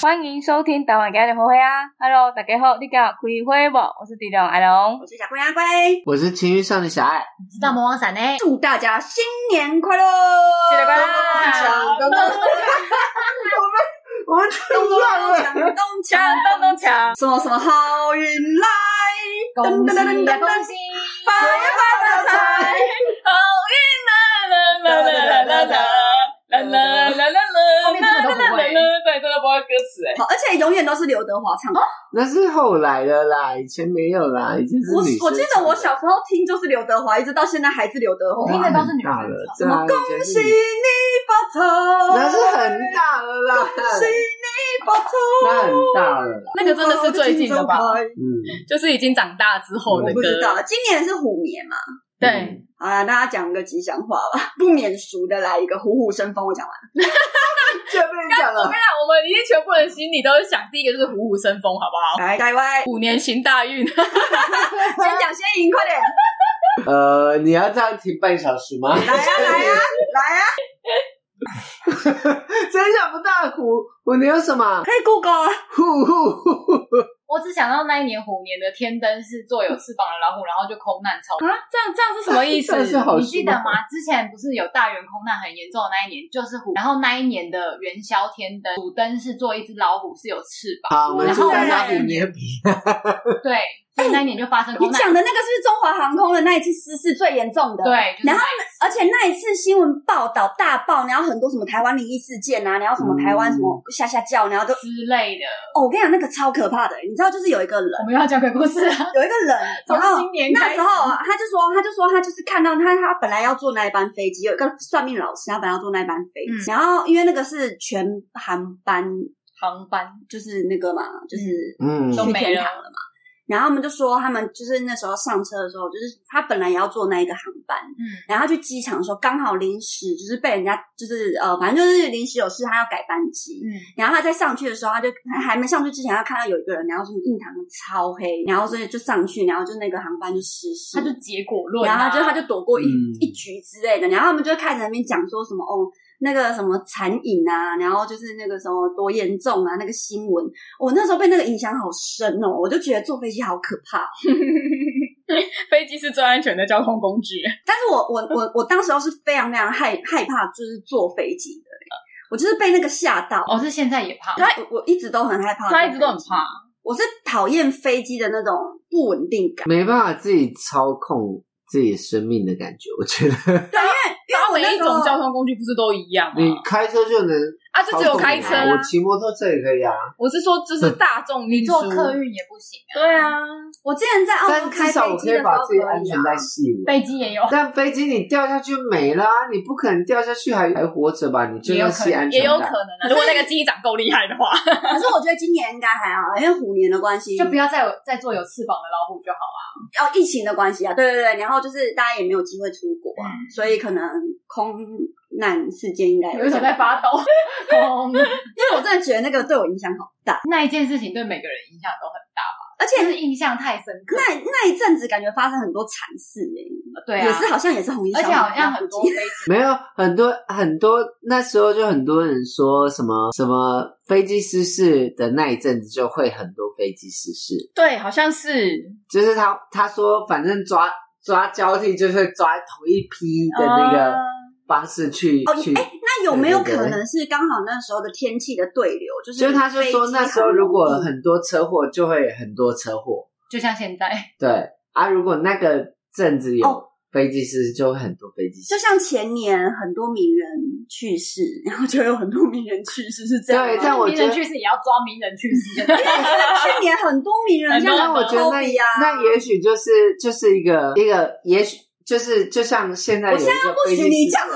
欢迎收听台湾今日花花啊！Hello，大家好，你敢有开花不？我是迪龙阿龙，我是小龟阿龟，我是情欲少女小爱，知道魔王伞呢？祝大家新年快乐！新年快乐！咚咚咚！我们咚咚咚！咚咚抢咚咚抢，什么什么好运来！恭喜呀恭喜！发呀发大财！好运啦啦啦啦啦啦啦啦啦啦啦！后面真的都不会对，真的不会歌词哎。好，而且永远都是刘德华唱的。那是后来的啦，以前没有啦，以前是我女生我记唱得的我小时候听就是刘德华，一直到现在还是刘德哇华。听着都是女生很大了，唱对啊，恭恭喜你发财！那是很大了啦，恭喜你发财！那很大了啦，那个真的是最近的吧？嗯，就是已经长大之后我的不知道歌。了，今年是虎年嘛？对，好啦，大家讲个吉祥话吧，不免俗的来一个虎虎生风。我讲完了，就被讲我了跟你，讲，我们已经全部人心里都是想第一个就是虎虎生风，好不好？来，下一位，虎年行大运，先讲先赢，快点，呃，你要这样停半小时吗？来呀、来呀、啊来呀、真想不到虎虎你有什么？可以 Google 啊，呼呼呼！我只想到那一年虎年的天灯是做有翅膀的老虎，然后就空难超。啊这样这样是什么意思？算是好你事记得吗？之前不是有大员空难很严重的那一年，就是虎。然后那一年的元宵天灯，主灯是做一只老虎，是有翅啊膀。好，我们然去后参我加们虎年比对，所以那一年就发生你空难。讲的那个是中华航空的那一次失事最严重的，。对，就是然后，而且那一次新闻报道大爆，然后很多什么台湾灵异事件啊，然后什么台湾什么吓吓叫，然后就之类的。哦，我跟你讲那个超可怕的，欸你知道就是有一个人，我们又要讲鬼故事了， 有一个人，从然后新年那开始时候啊，他就说，他就说，他就是看到他，他本来要坐那一班飞机，有一个算命老师，他本来要坐那一班飞嗯机，然后因为那个是全航班，航班就是那个嘛，就是嗯都去没天了堂了嘛。然后他们就说，他们就是那时候上车的时候，就是他本来也要坐那一个航班，嗯，然后他去机场的时候刚好临时就是被人家就是呃，反正就是临时有事，他要改班机，嗯，然后他在上去的时候，他就他还没上去之前，他看到有一个人，然后什么印堂超黑，然后所以就上去，然后就那个航班就失事，他就结果论然啊，后他就他就躲过一、嗯一局之类的，然后他们就开始在那边讲说什么哦。那个什么残影啊，然后就是那个什么多严重啊，那个新闻，我、那时候被那个影响好深哦，我就觉得坐飞机好可怕哦。飞机是最安全的交通工具。但是我我我我当时候是非常非常害害怕，就是坐飞机的，欸我就是被那个吓到。哦，是现在也怕，他我我一直都很害怕，他一直都很怕。我是讨厌飞机的那种不稳定感，没办法自己操控自己生命的感觉，我觉得然后每因为我一那时候种交通工具不是都一样吗？你开车就能啊，就只有开车、操啊控我。骑摩托车也可以啊，我是说，就是大众运输。坐客运也不行啊，对啊，我之前在澳但洲开至少飞我机可的以时候把自可以己啊安全带系稳。飞机也有。但飞机你掉下去没了啊，你不可能掉下去还还活着吧？你就也有要可系安能，全带。能啊如果那个机长够厉害的话，啊 可是我觉得今年应该还好，因为虎年的关系，就不要再有再做有翅膀的老虎就好了。要疫情的关系啊，对对对，然后就是大家也没有机会出国啊，所以可能空难事件应该嗯有一种在发抖。 咚因为我真的觉得那个对我影响好大，那一件事情对每个人影响都很大吧？而就且是印象太深刻。那那一阵子感觉发生很多惨事哎、对也啊，是好像也是红衣小而女且好孩像那附很多近，飞机没有很多很多，那时候就很多人说什么什么飞机失事的那一阵子就会很多飞机失事，对，好像是就是他他说反正抓抓交替就是抓同一批的那个方式去、哦去。哎那有没有对对可对能是刚好那时候的天气的对流？就是就是他就说飞机那时候很如果容易很多车祸就会很多车祸，就像现在，对啊，如果那个阵子哦有飞机失事就会很多飞机失就事。像前年很多名人去世， 然后就有很多名人去世，是这样吗？对但我名觉得人去世也要抓名人去 世。因为 去年很多名人，很多像但我觉得那、 Kobe 啊，那也许就是就是一个一个，也许就是就像现在有一我现个不飞机许你失事讲话，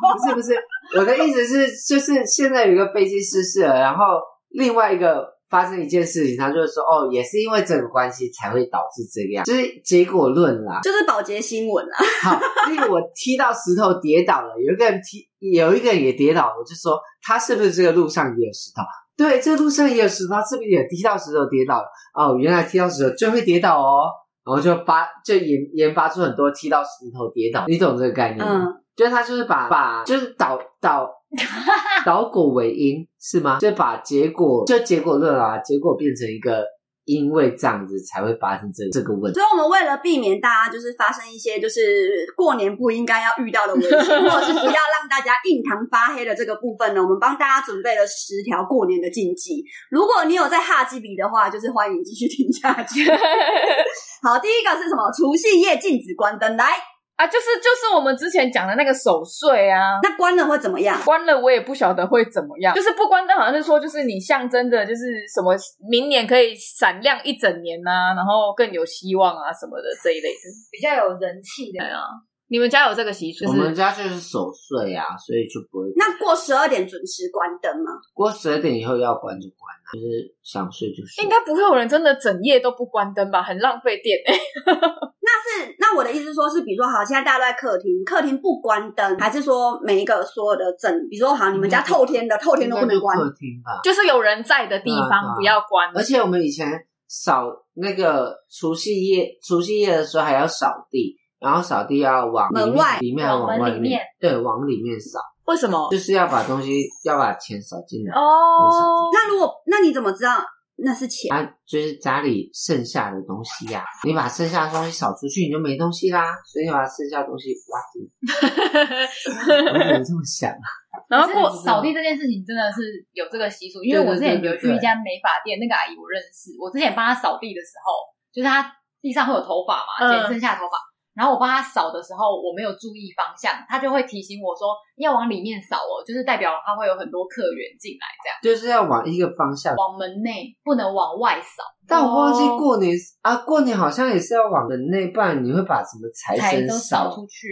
不是不是，我的意思是就是现在有一个飞机失事了，然后另外一个发生一件事情，他就说哦，也是因为这个关系才会导致这样，就是结果论啦。就是保洁新闻啦。好，例如我踢到石头跌倒了，有一个人踢，有一个人也跌倒了，我就说他是不是这个路上也有石头？对，这路上也有石头，他是不是也踢到石头跌倒了？哦，原来踢到石头就会跌倒哦，然后就发就研研发出很多踢到石头跌倒，你懂这个概念吗？嗯，就是他就是把把就是导导导果为因是吗？就把结果就结果论啊，结果变成一个因为这样子才会发生这这个问题。所以，我们为了避免大家就是发生一些就是过年不应该要遇到的危 险，或者是不要让大家印堂发黑的这个部分呢，我们帮大家准备了十条过年的禁忌。如果你有在哈基比的话，就是欢迎继续听下去。 好，第一个是什么？除夕夜禁止关灯。来，啊，就是就是我们之前讲的那个守岁啊，那关了会怎么样？关了我也不晓得会怎么样，就是不关灯，好像是说就是你象征着就是什么明年可以闪亮一整年呐、然后更有希望啊什么的这一类的。比较有人气的。啊你们家有这个习俗？我们家就是守岁啊，所以就不会那过十二点准时关灯吗？过十二点以后要关就关啊，就是想睡就睡。应该不会有人真的整夜都不关灯吧？很浪费电、 欸。那是那我的意思是说是，比如说好，现在大家都在客厅，客厅不关灯，还是说每一个所有的整，比如说好，你们家透天的透天都不能关嗯应该就客厅吧。就是有人在的地对啊对方啊不要关，而且我们以前扫那个除夕夜，除夕夜的时候还要扫地，然后扫地要往里面门外里面还是往往外门里面对，往里面扫，为什么？就是要把东西要把钱扫进来。哦，那如果那你怎么知道那是钱？啊，就是家里剩下的东西呀、你把剩下的东西扫出去，你就没东西啦，所以你把剩下的东西挖进来。我怎么这么想？然后过过扫地这件事情真的是有这个习俗，因为嗯对对我之前对有对去一家美发店，那个阿姨我认识。我之前帮她扫地的时候，就是她地上会有头发嘛，嗯剪剩下的头发。然后我帮她扫的时候，我没有注意方向，她就会提醒我说要往里面扫哦，就是代表她会有很多客源进来，这样就是要往一个方向。往门内不能往外扫。哦但我忘记过年、啊，过年好像也是要往人内，不然你会把什么财才神都扫扫出去。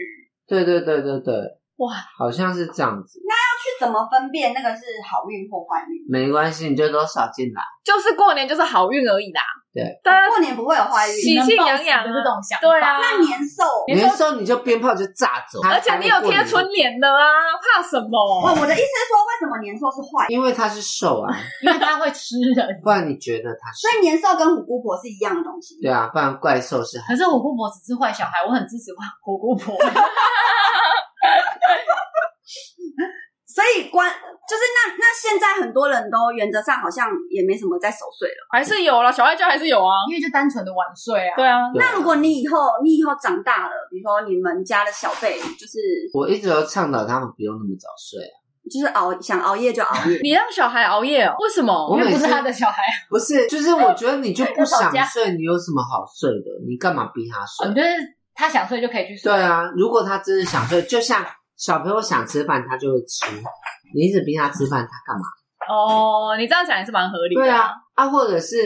对对对对对，哇，好像是这样子。去怎么分辨那个是好运或坏运？没关系，你就都扫进来。就是过年就是好运而已啦。对，大家过年不会有坏运，喜气洋洋啊你能抱持的这种想法，对啊，那年兽。你那时候你就鞭炮就炸走，而且你有贴春联的啊，怕什哦，么？我的意思是说，为什么年兽是坏？因为它是兽啊，因为她会吃人。 不然你觉得它是所？以年兽跟虎姑婆是一样的东西。对啊，不然怪 兽是可是我姑婆只是坏小孩，我很支持我姑婆。 所以关就是那那现在很多人都原则上好像也没什么在守岁了。还是有了，小外家还是有啊。因为就单纯的晚睡啊。对啊，对啊那如果你以后你以后长大了，比如说你们家的小辈就是我一直都倡导他们不用那么早睡啊。就是熬想熬夜 就熬夜，你让小孩熬夜哦？为什么？我因每为不是次他的小孩，不是，就是我觉得你就不要吵想架睡，你有什么好睡的？你干嘛逼他 睡你？就是他想睡就可以去睡。对，啊，如果他真的想睡，就像小朋友想吃饭，他就会吃。你一直逼他吃饭，他干嘛？哦，你这样讲也是蛮合理的。对啊，，啊，或者是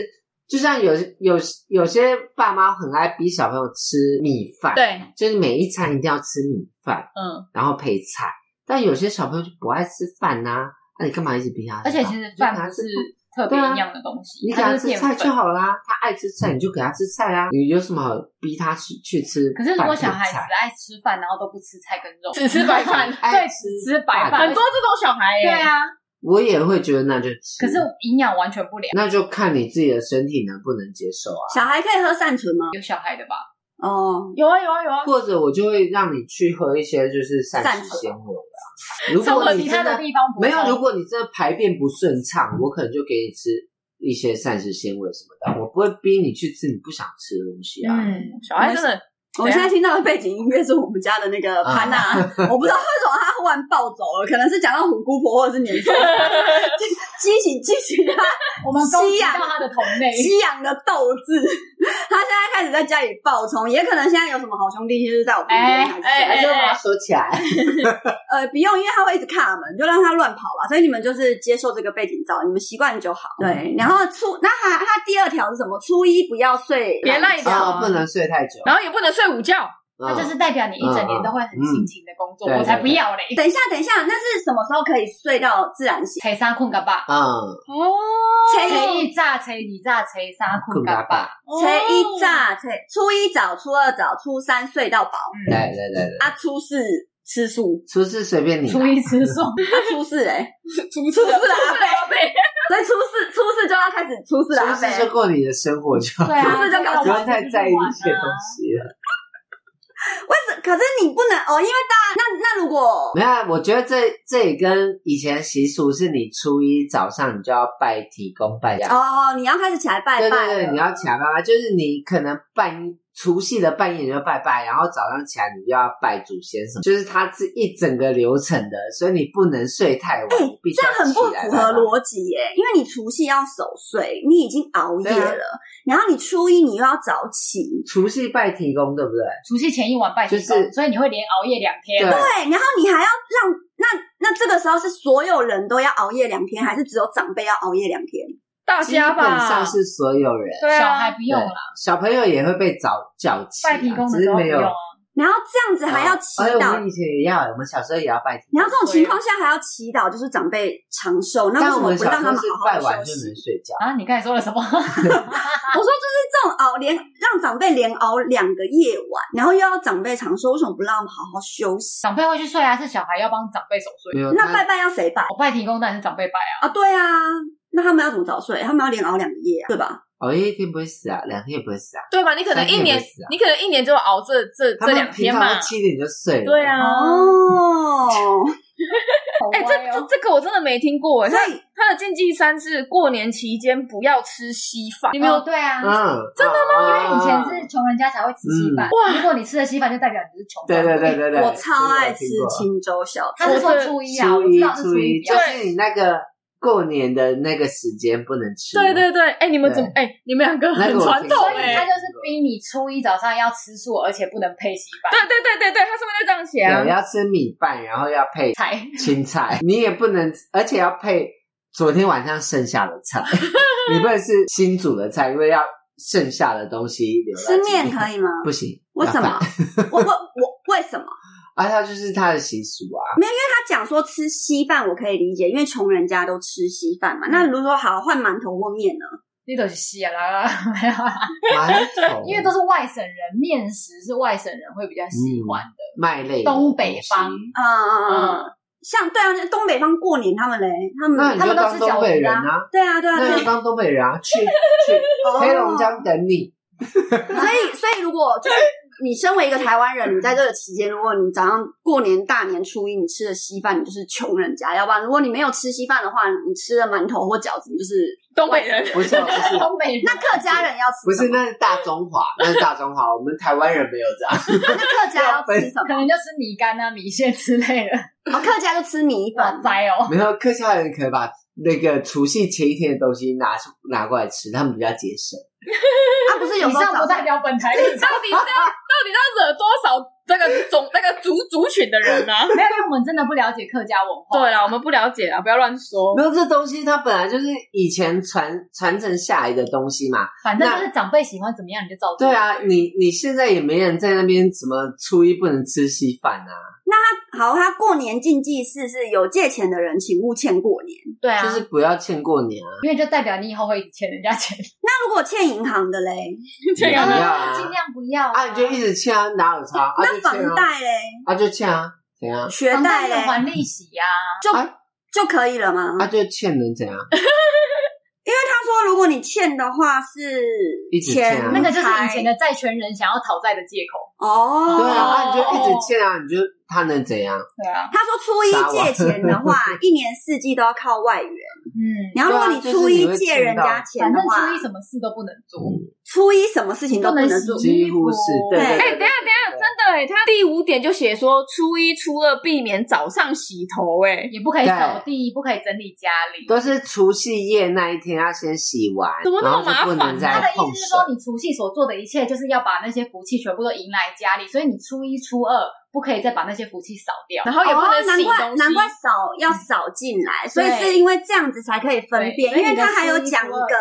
就像有有有些爸妈很爱逼小朋友吃米饭，，对，就是每一餐一定要吃米饭，嗯，然后配菜。但有些小朋友就不爱吃饭呐、啊，那、你干嘛一直逼他吃而饭？且其实饭不是特别营养的东西，啊你给它他就是吃淀菜就粉。好啦，他爱吃菜你就给他吃菜啊，你有什么好逼他去去吃可饭配菜？是如果小孩只爱吃饭，然后都不吃菜跟肉，只吃 白饭对，只吃白饭，很多这种小孩耶。对，啊。我也会觉得那就吃，可是营养完全不良，那就看你自己的身体能不能接受啊。小孩可以喝善存吗？有小孩的吧？哦，有啊有啊有啊。或者我就会让你去喝一些就是膳膳食食纤维啊。如生果活你其他真的地方不没有，够如果你真的排便不顺畅，我可能就给你吃一些膳食纤维什么的，我不会逼你去吃你不想吃的东西啊。嗯，小孩真的我们现在听到的背景音乐是我们家的那个潘 娜，我不知道为什么她忽然暴走了，可能是讲到虎姑婆或者是年兽， 激起激起她我们攻击西洋到他的同类，激昂的斗志。他现在开始在家里暴冲，也可能现在有什么好兄弟就是在我旁边，还是什么哎哎还是我把它收起来。哎呃不用，因为他会一直卡门，就让他乱跑吧。所以你们就是接受这个背景照，你们习惯就好。对，然后初那他他第二条是什么？初一不要睡，别赖觉。啊啊，不能睡太久。然后也不能睡午觉，那嗯就是代表你一整年都会很辛勤的工作，嗯嗯我才不要嘞。等一下，等一下，那是什么时候可以睡到自然醒？初三困个吧，嗯，初哎初一一炸，初二炸，初三困个睏到吧饱。初一炸，初初一早，初二早，初三睡到饱，嗯来来来来，啊，初四吃素，厨师随便你啦。初一吃素，啊，初四哎、 初初四啊，阿贝，所以初四初四就要开始初四厨啊，师就过你 的生活就好，对啊，初四就搞啊不要太在意这些东西了。为什可可是你不能哦，因为大那那如果没有啊，我觉得这这也跟以前习俗是，你初一早上你就要拜提公拜呀，哦，你要开始起来拜对拜对了，对，你要起来拜拜，就是你可能半除夕的半夜你就拜拜，然后早上起来你就要拜祖先什么，就是它是一整个流程的，所以你不能睡太晚，你必哎须这样要很起不来符拜合拜逻辑耶，因为你除夕要守岁，你已经熬夜对啊了，然后你初一你又要早起，除夕拜提公，对不对？除夕前一晚拜天公，就是所以你会连熬夜两天。对对，然后你还要让那那这个时候是所有人都要熬夜两嗯天，还是只有长辈要熬夜两天？大基家本吧，上是所有人，对小孩啊，不用对啦，小朋友也会被早叫起、拜啊，提公的只时是候不没有用啊。然后这样子还要祈哎，我祷，们以前也要，我们小时候也要拜提公然后这种情况下还要祈祷，就是长辈长寿，那为但什我么们不小让时他候们是好拜好完休就息能？睡觉。啊，你刚才说了什么？ 我说就是这种熬连让长辈连熬两个夜晚，然后又要长辈长寿，为什么不让他们好好休息？长辈会去睡啊，是小孩要帮长辈守岁。没有，那他拜拜要谁拜我拜提公当然是长辈拜啊，啊？对啊，那他们要怎么早睡？他们要连熬两个夜啊，对吧？熬夜一天不会死啊，两天也不会死啊。对吧？你可能三一天也年不死啊，你可能一年就熬这这他这两们平天常嘛都，七点就睡了。对，啊。哦，哎、这哦这这个我真的没听过哎，所他以他的禁忌三是过年期间不要吃稀饭，哦你你没有？对啊，嗯，真的因吗嗯为以前是穷人家才会吃稀饭，如果你吃了稀饭，就代表你是穷对光嗯对蛋。对对对，我超爱吃这个我听过青州小他吃，是说初一啊，我初知一道是初初一，一就表。是你那个过年的那个时间不能吃。对对对，哎、你们怎么哎、你们两个那很个我传听统过所哎、以他就是逼你初一早上要吃素，而且不能配稀饭对对对对对，他上面就这样写啊对，。要吃米饭，然后要配菜。青菜，你也不能，而且要配昨天晚上剩下的菜，你不能是新煮的菜，因为要剩下的东西留在吃面以可以吗？不行，为什要么饭？？我我我为什么？啊，它就是它的习俗啊，他讲说吃稀饭，我可以理解，因为穷人家都吃稀饭嗯嘛。那如果说好换馒头或面呢？那都是稀啊啦啦，没有啊， 馒头，因为都是外省人，面食是外省人会比较喜欢的，嗯麦类的东北方东西。嗯嗯嗯嗯，嗯，像对啊，那东北方过年他们嘞，他们那你他就们都当吃东北饺子人啊 啊，对啊对啊那对你啊就当东北人啊，去去哦黑龙江等你。 所以所以如果就是你身为一个台湾人，你在这个期间，如果你早上过年大年初一你吃了稀饭，你就是穷人家；要不然如果你没有吃稀饭的话，你吃了馒头或饺子，你就是 东北人，不是不 是东北人那客家人要不吃什 是，么？那是大中华，那是大中华，我们台湾人没有这样。那 客家要吃什可么？能就吃米干啊、米线之类的，哦，客家就吃米哇粉。塞哦，没有客家人可以把那个除夕前一天的东西拿出拿过来吃，他们比较节省。啊，不是有以时候上早不上代表本台立场。到底是要到底是要惹多少那个种那个族族群的人呢、啊？没有，因为我们真的不了解客家文化。对啦，我们不了解啊，不要乱说。没有这东西，它本来就是以前传传承下来的东西嘛。反正就是长辈喜欢怎么样你就照做。对啊，你你现在也没人在那边什么初一不能吃稀饭啊，好，他过年禁忌是是有借钱的人，请勿欠过年。对啊，就是不要欠过年啊，因为就代表你以后会欠人家 钱，那如果欠银行的嘞，这不样要啊啊尽量不要啊你就一直欠啊，哪有差？啊那就欠房啊，贷嘞、啊就欠啊，怎样？嗯学房贷贷没有嘞，还利息呀。就、啊就可以了吗？啊就欠能怎样？哦他说，如果你欠的话是一直欠嗯啊那个就是以前的的债权人想要讨债的借口。哦。对啊，啊你就一直欠啊，你就他能怎样？哦对啊，他说初一借钱的话， 一年四季都要靠外 援。嗯，然后如果你初一借人啊家钱反的正话嗯初一，什么事都不能做，初一什么事情都不能能洗做。几乎是对对对哎、等一下等一下，真的哎、他第五点就写说初一初二避免早上洗头哎、也不可以扫地，不可以整理家里。都是除夕夜那一天要先洗完，怎么那然后么就麻不烦啊能他的再碰意思是手说，。你除夕所做的一切，就是要把那些福气全部都迎来家里，所以你初一、初二不可以再把那些福气扫掉。然后也不哦能，难洗怪东西。啊难怪扫要扫进来，所以对是因为这样子才可以分辨，对因为他还有所以你的初一讲一初二个，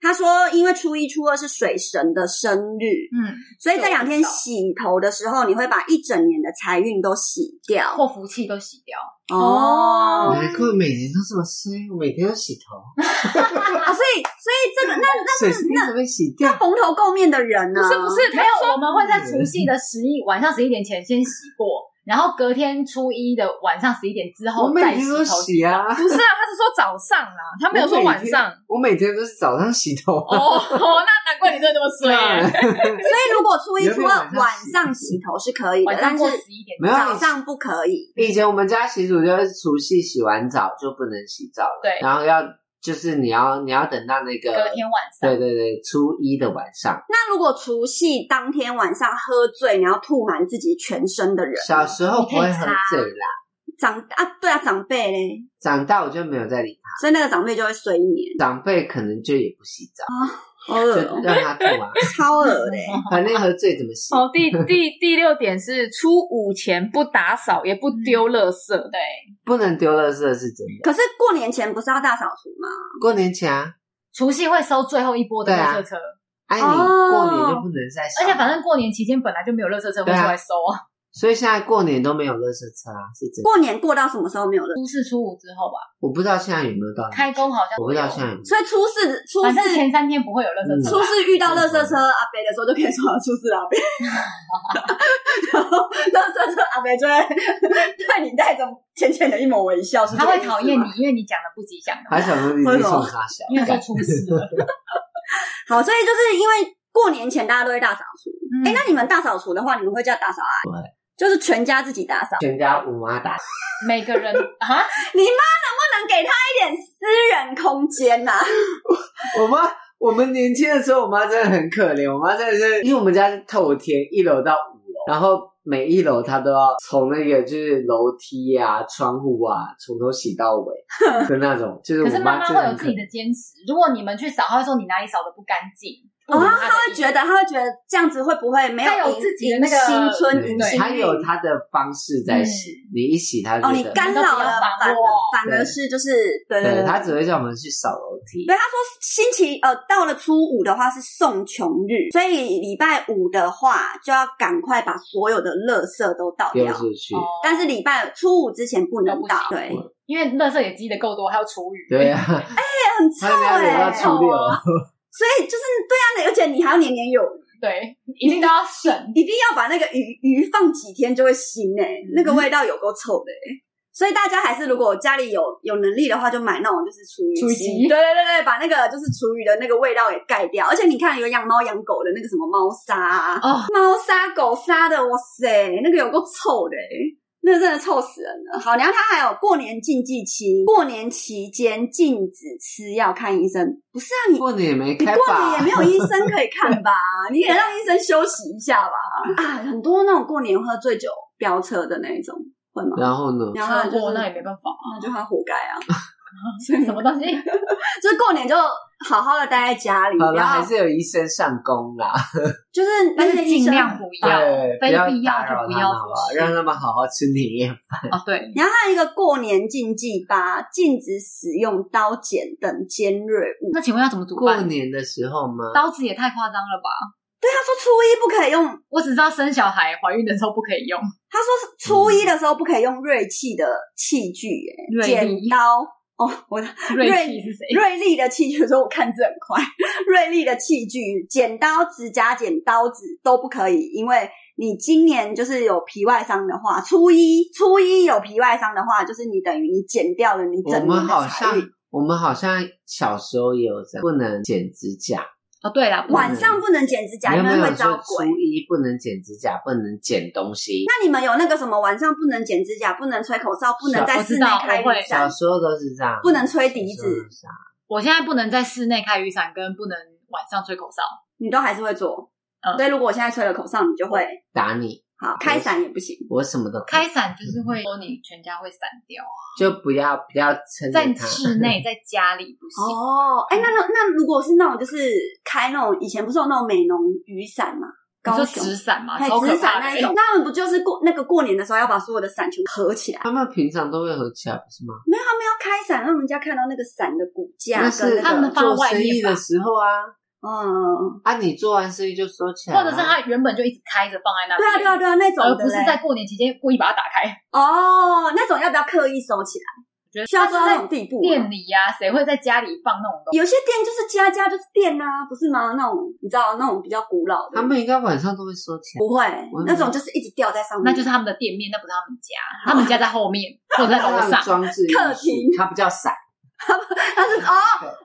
他说因为初一初二是水神的生日，嗯，所以这两天就会扫洗头的时候，你会把一整年的财运都洗掉。或福气都洗掉。哦，难怪每年都这么衰，我每天都洗头，啊，所以所以这个那那水是怎么被洗掉？蓬头垢面的人呢？不是不是，没他有，我们会在除夕的十一晚上十一点前先洗过，然后隔天初一的晚上十一点之我后每再洗天都头洗啊，不是啊，他是说早上啦，他没有说晚上。我每天都是早上洗头啊。哦， 哦那难怪你真的那么衰、欸。所以如果初一原初本二晚上洗晚上洗头是可以的晚，上但是过十一点 没有早上不可以。以前我们家习俗就是除夕洗完澡就不能洗澡了，对然后要就是你要你要等到那个隔天晚上对对对，初一的晚上。那如果除夕当天晚上喝醉，然后吐满自己全身的人，小时候不会喝醉啦，长啊，对啊，长辈嘞，长大我就没有再理他。所以那个长辈就会睡眠，长辈可能就也不洗澡，好恶嗯就哦、让他吐 啊，超恶 的欸、反正喝醉怎么洗？哦，第第第六点是初五前不打扫，也不丢垃圾。对，不能丢垃圾是真的。可是过年前不是要大扫除吗？过年前啊，除夕会收最后一波的对啊垃圾车，哎，你哦过年就不能再洗，而且反正过年期间本来就没有垃圾车会对啊出来收啊，所以现在过年都没有垃圾车啊，是真的。过年过到什么时候没有了？初四初五之后吧，我不知道现在有没有到那里开工好像我不知道现在有没有。嗯所以初四初反正四前三天不会有垃圾车初啊，四遇到垃圾车阿北的时候，就可以说初四 阿北，然后垃圾车阿北就会对你带着浅浅的一抹微笑，是这他个会意思吗讨厌你，。因为你讲的不吉祥的还话，想说你为什送么他小，因为说出事 了。好，所以就是因为过年前大家都会大扫除。嗯哎、那你们大扫除的话，你们会叫大扫阿姨？就是全家自己打扫，全家五妈打，每个人啊，不能给他一点私人空间啊呐、我妈，我们年轻的时候，我妈真的很可怜。我妈真的是，因为我们家是透天，一楼到五楼，然后每一楼她都要从那个就是楼梯啊、窗户啊，从头洗到尾的那种。就是可我是妈妈真会的有很可自己怜。的坚持。如果你们去扫，她会说你哪里扫的不干净，啊哦不符合她他的会意觉得，他会觉得这样子会不会没他有迎自己的那个迎新春对迎对新她运有她的方式在洗，你一洗她就哦，觉你得干扰了，反你都不要反烦我而是就是对对对对，她只会叫我们去扫楼梯对，。他说星期呃到了初五的话是送穷日，所以礼拜五的话就要赶快把所有的垃圾都倒丢掉。出去，哦但是礼拜初五之前不能都不倒行，对，欸因为垃圾也积的够多，还有厨余。对啊，很臭她应该留哎、到臭初六，啊所以就是对啊，而且你还要年年有余，对，一定都要省。一定要把那个鱼鱼放几天就会腥哎、嗯那个味道有够臭的哎、所以大家还是如果家里有有能力的话，就买那种就是厨余厨余机，机对对对对，把那个就是厨余的那个味道给盖掉。而且你看有养猫养狗的那个什么猫砂、啊，哦猫砂狗砂的，哇塞，那个有够臭的、欸。那个真的臭死人了。好，然后它还有过年禁忌期，过年期间禁止吃药、看医生。不是啊，你过年也没你开过年也吧没？有医生可以看 吧？你也让医生休息一下吧。啊，很多那种过年喝醉酒飙车的那种，会吗？然后呢？然车后就是哦祸那也没办法，那就他活该啊！什么东西？就是过年就好好的待在家里，好不了，还要是有医生上工啦。就是那但些是医 尽生，量不要，对，非要必要打就扰啊他不们要好不好？让他们好好吃年夜饭。啊，对，然后还有一个过年禁忌吧，禁止使用刀剪等尖锐物。那请问要怎么煮过饭？年的时候吗？刀子也太夸张了吧！对，他说初一不可以用，我只知道生小孩怀孕的时候不可以用，他说是初一的时候不可以用锐器的器具、耶，锐剪利刀。哦，我的 锐气是谁？锐利的器具，说我看字很快。锐利的器具，剪刀、指甲剪、刀子都不可以，因为你今年就是有皮外伤的话，初一初一有皮外伤的话，就是你等于你剪掉了你整年我的们好财像运。我们好像小时候也有这样，不能剪指甲。哦，对啦，不晚上不能剪指甲，你有因没为有会说招初鬼。一不能剪指甲，不能剪东西？那你们有那个什么晚上不能剪指甲，不能吹口哨，不能小在我知室内道开我会雨小伞，时候都是这样，不能吹笛小时候子都，是这样我现在不能在室内开雨伞，跟不能晚上吹口哨。你都还是会做。嗯所以如果我现在吹了口哨，你就会打你，好开伞也不行。我什么都可开以伞就是会说你全家会散掉啊，就不要不要撑着在它。室内在家里不行。哦，哎、那嗯那那如果是那种就是开那种以前不是有那种美容雨伞嘛，你高说雄纸伞嘛，哎超纸可怕伞那的欸一种，。那他们不就是过那个过年的时候要把所有的伞全部合起来？他们平常都会合起来，不是吗？没有，他们要开伞，让人家看到那个伞的骨架那跟是那他个们放做外生意面吧的时候啊，嗯，啊，你做完生意就收起来啊，或者是它原本就一直开着放在那对啊对边，啊对啊，那种而的不是嘞 在过年期间故意把它打开。哦，那种要不要刻意收起来？觉得需要做到那种地步、啊店。里呀、谁会在家里放那种东西？有些店就是家家就是店呐、啊，不是吗？那种你知道那种比较古老的，他们应该晚上都会收起来。不会我那种就是一直吊在上面，那就是他们的店面，那不是他们家，他们家在后面或者在楼它的 上。装置艺术客厅它不叫伞，它是哦，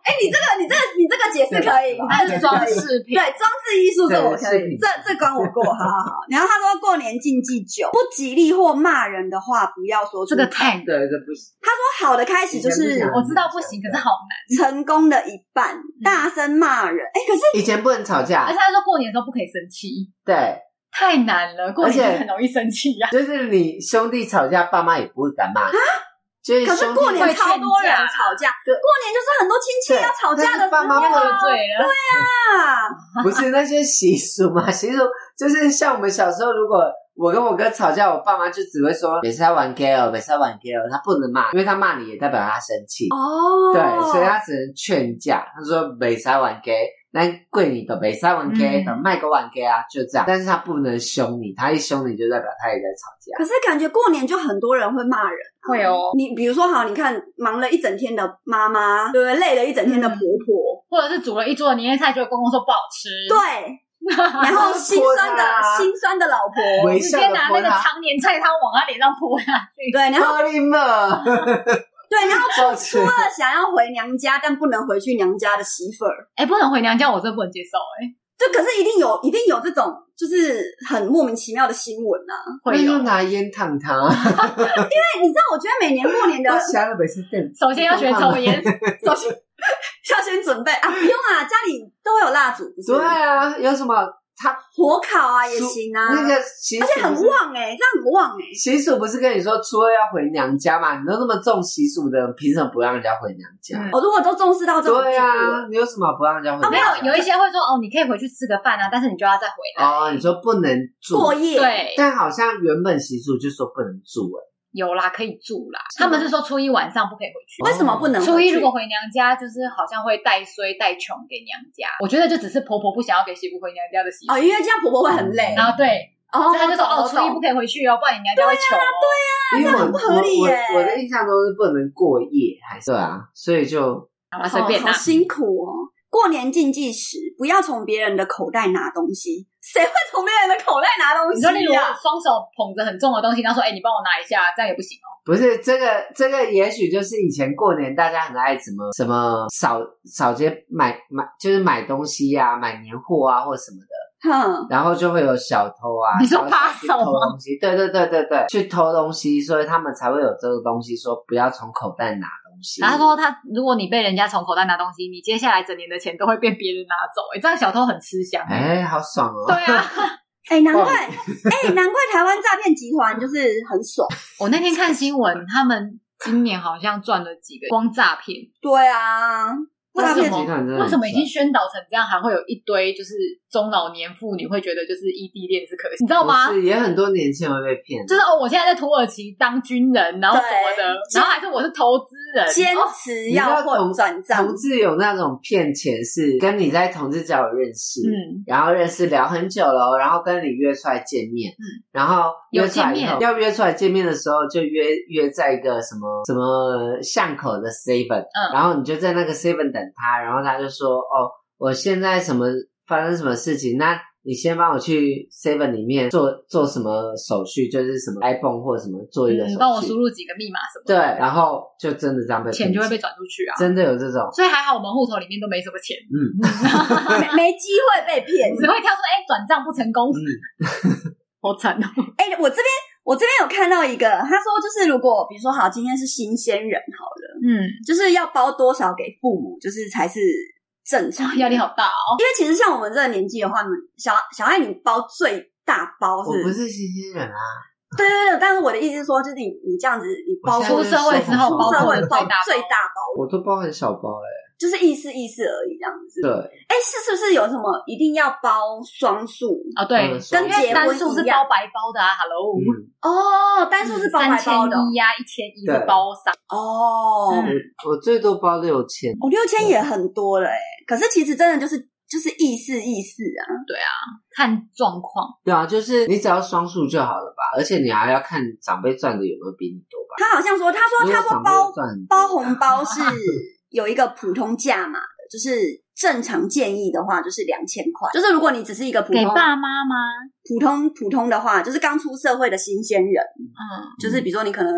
哎、你这个你这个你这个解释可以，但你这是个装解释可以。饰品对，装置艺术这我可以，对这这关我过， 好好好。然后他说过年禁忌酒，不吉利或骂人的话不要说出这口。个太对，这不行。说好的开始就以前是不讲我知道不行，可是好难。成功的一半，嗯大声骂人。哎、可是以前不能吵而架且，他说过年的时候不可以生气，对，太难了，过年而且就很容易生气呀、就是你兄弟吵架，爸妈也不会敢骂你。就是啊可是兄弟过年会劝超多人架吵架，对过年就是很多亲戚对要吵架的但是时候爸妈不喝醉了，啊。不是那些习俗嘛？ 习俗就是像我们小时候，如果我跟我哥吵架，我爸妈就只会说每次他玩 gay 哦，每次他玩 gay 哦，他不能骂，因为他骂你也代表他生气。哦，对，所以他只能劝架。他说每次他玩 gay，那跪你的每次他玩嗯 gay 的卖个玩 gay 啊，就这样。但是他不能凶你，他一凶你就代表他也在吵架。可是感觉过年就很多人会骂人。会哦，你比如说，好，你看忙了一整天的妈妈，对不对？累了一整天的婆婆，或者是煮了一桌的年夜菜，就公公说不好吃， 对，然后心酸的泼她心酸的老婆，微直笑接的拿那泼个他，常年菜汤往他脸上泼下去。对，然后玻璃 门，对，然后好吃初。二想要回娘家，但不能回去娘家的媳妇儿，哎、不能回娘家，我真的不能接受、哎，就可是一定有一定有这种就是很莫名其妙的新闻啊。那会就有。拿烟烫他，哎，你知道，我觉得每年过年的我想了每次电首先要学抽烟，首先要先准备啊，不用啊，家里都有蜡烛，不是 对啊，有什么？他火烤啊也行嗯啊，那个习而且俗很不是，旺哎、这样很旺哎、习俗不是跟你说初二要回娘家嘛？你都那么重习俗的，凭什么不让人家回娘家？嗯哦我、如果都重视到这种地对步了，啊，你有什么不让人家回没娘有家？有一些会说哦，你可以回去吃个饭啊，但是你就要再回来。哦，你说不能住过夜对，但好像原本习俗就说不能住哎、有啦，可以住啦。他们是说初一晚上不可以回去。为什么不能回去？初一如果回娘家，就是好像会带衰带穷给娘家。我觉得就只是婆婆不想要给媳妇回娘家的习俗。哦，因为这样婆婆会很累。然后对，嗯哦，所以他就说我哦，懂啊初一不可以回去哦，不然你娘家会穷哦。因为这我很不合理我耶我我的印象都是不能过夜，还是对啊，所以就好啦，随便啦啊好好。辛苦哦。过年禁忌时，不要从别人的口袋拿东西。 谁会从别人的口袋拿东你说，例西啊如我呀、双手捧着很重的东西，然后说：“哎、你帮我拿一下，这样也不行哦。不是这个这个，也许就是以前过年大家很爱什么什么扫扫街买买，就是买东西呀、买年货啊或什么的，哼，然后就会有小偷啊，你说然后小偷扒去手吗偷东西，对对对对对，去偷东西，所以他们才会有这个东西说不要从口袋拿东西。然后他说他：“如果你被人家从口袋拿东西，你接下来整年的钱都会被别人拿走。哎，这样小偷很吃香。哎、好爽哦！ 对啊， 哎、难怪，哎、难怪台湾诈骗集团就是很爽。我那天看新闻，他们今年好像赚了几个光诈骗，对啊，为诈什骗么集团真的很为什么已经赚宣导成这样，还会有一堆就是中老年妇女会觉得就是异地恋是可惜，你知道吗不？是也很多年轻人会被骗，就是哦，我现在在土耳其当军人，然后什么的，对然后还是我是投资人，坚哦持要同混转账同，志有那种骗钱是跟你在同志交友认识，嗯，然后认识聊很久了哦，然后跟你约出来见面，嗯，然后约出来有以见后面要约出来见面的时候，就约约在一个什么什么巷口的 seven，嗯然后你就在那个 seven 等他，然后他就说哦，我现在什么发生什么事情，那你先帮我去 seven 里面做做什么手续，就是什么 iPhone 或什么做一个手续，嗯你帮我输入几个密码什么对，的，然后就真的这样被钱骗就会钱被转出去啊。真的有这种，所以还好我们户头里面都没什么钱，嗯没没机会被骗。只会跳出哎转账不成功，嗯，好惨哦。哎、我这边我这边有看到一个，他说就是如果比如说好，今天是新鲜人好了，嗯，就是要包多少给父母，就是才是正常 的压力。好大哦。因为其实像我们这个年纪的话，你们小小爱你包最大包我是，不是新鲜人啊，对对对，但是我的意思是说，就是你你这样子，你包我现在出社会之后，出包出社括会最包大最包大包，我都包很小包哎、就是意思意思而已这样子。对，哎、是是不是有什么一定要包双数？啊，对，嗯因为单数是包白包的啊，Hello，嗯，哦，单数是包白包嗯三的千一呀，一千一是包三，哦。嗯我最多包六千，我、哦、六千也很多了哎、可是其实真的就是就是意思意思啊，看状况。对啊，就是你只要双数就好了吧，而且你还要看长辈赚的有没有比你多吧。他好像说，他说如他说果长包辈赚包红包是有一个普通价码的，就是正常建议的话就是两千块，就是如果你只是一个普给通爸妈吗？普通普通的话，就是刚出社会的新鲜人，嗯，就是比如说你可能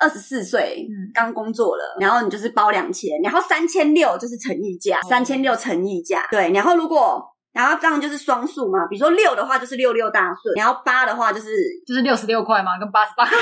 二十四岁嗯，刚工作了，然后你就是包两千，然后三千六就是乘以价，三千六乘以价，对，然后如果。然后当然就是双数嘛，比如说六的话就是六六大顺，然后八的话就是，就是六十六块吗？跟八十八块？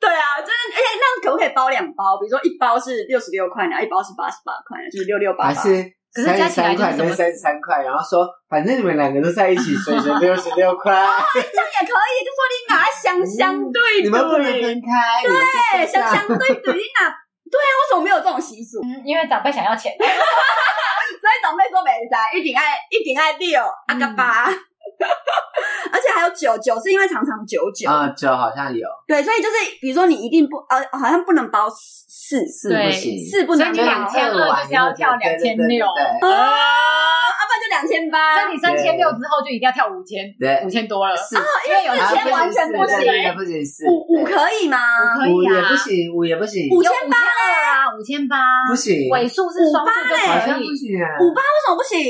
对啊，就是而且那可不可以包两包？比如说一包是六十六块，然后一包是八十八块，就是六六八还八。是可是加起来就是33块什么跟三十三块，然后说反正你们两个都在一起，所以就六十六块。也可以，就说你拿嗯相相对你们不能对，分开，对对相相对比，你 拿对啊，为什么没有这种习俗？嗯，因为长辈想要钱。所以长辈说没塞，一定爱一定爱六嗯阿个八， 而且还有九九是因为常常九九，啊，酒好像有，对，所以就是比如说你一定不呃，好像不能包四四是不对行。四不所以能你包两千二二完就是要跳对两对千对对六，啊，要啊不然就两千八那，你三千六之后就一定要跳五千，对五千哦多了。四啊因为有四千完全不行对不行四五五对可以吗？可五以也啊，不行，五也不行，五有千五千二啊，五千八不行，尾数是双数就好可像不以。行啊，五八为什么不行？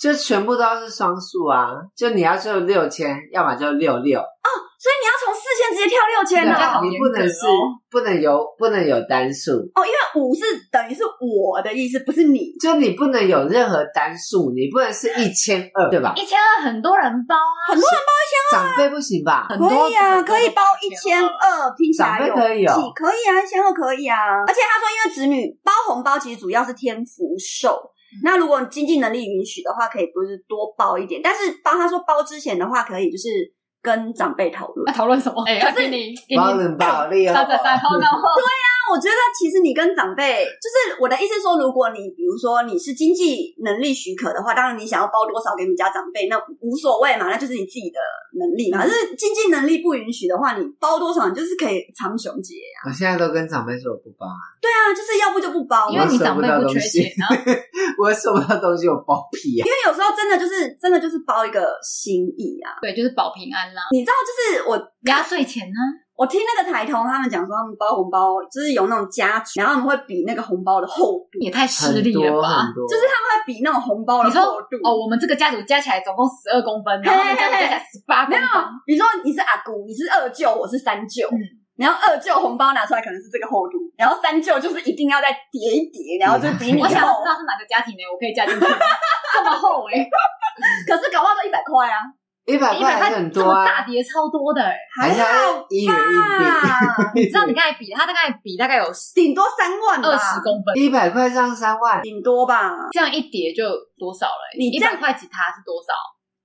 就全部都要是双数啊，就你要就六千，要么就六六，所以你要从四千直接跳六千天哪对哦啊。你不能是好严格哦不能有不能有单数，哦，因为五是等于是我的意思，不是你。就你不能有任何单数，你不能是一千二，对吧？一千二很多人包啊，长辈不行吧？很可多以啊，可以包一千1200二，听起来长辈有可以哦气可以啊，一千二可以啊。而且他说，因为子女包红包其实主要是天福寿，那如果经济能力允许的话，可以不是多包一点，但是包他说包之前的话，可以就是跟长辈讨论那。讨论什么？哎，可是你给包人暴力哦，三折三后，然后那我觉得其实你跟长辈，就是我的意思是说，如果你比如说你是经济能力许可的话，当然你想要包多少给你们家长辈，那无所谓嘛，那就是你自己的能力嗯嘛。可是经济能力不允许的话，你包多少你就是可以长雄结。啊我现在都跟长辈说我不包， 对啊，就是要不就不包，因因为为因你长辈不缺钱啊， 我收不到东西，我包屁啊！为有时候真的就是真的就是包一个心意啊。对，就是保平安啦。你知道，就是我压岁钱呢？我听那个台童他们讲说，他们包红包就是有那种家具，然后他们会比那个红包的厚度，也太失很礼了多吧很！多，就是他们会比那种红包的你说厚度。哦，我们这个家族加起来总共十二公分，然后他们家族加起来十八公没有分，，比如说你是阿姑，你是二舅，我是三舅。嗯然后二舅红包拿出来可能是这个厚度，然后三舅就是一定要再叠一叠，然后就比你我想知。厚道是哪个家庭呢？我可以嫁进去吗，这么厚哎、欸，可是搞不好都一百块啊，一百一百块还块是很这多么大啊，叠超多的哎、还是要一元硬啊，币。你知道你刚才比他大概比大概有二 顶多三万吧，十公分，一百块上三万，顶多吧。这样一叠就多少了、欸？你一这样百块吉他是多少？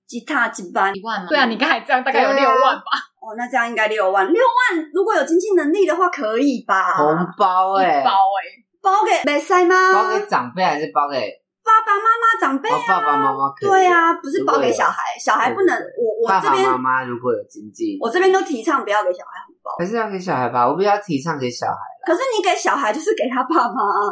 吉他几班一万吗？对啊，你刚才这样大概有对六啊万吧？哦，那这样应该六万，六万如果有经济能力的话可以吧？红包哎、一包哎、包给没塞吗？包给长辈还是包给爸爸妈妈长辈哦爸爸妈妈啊可以？对啊，不是包给小孩。孩，小孩不能。对我我爸这爸边妈妈如果有经济，我这边都提倡不要给小孩，还是要给小孩吧。我比较提倡给小孩可是你给小孩就是给他爸妈啊。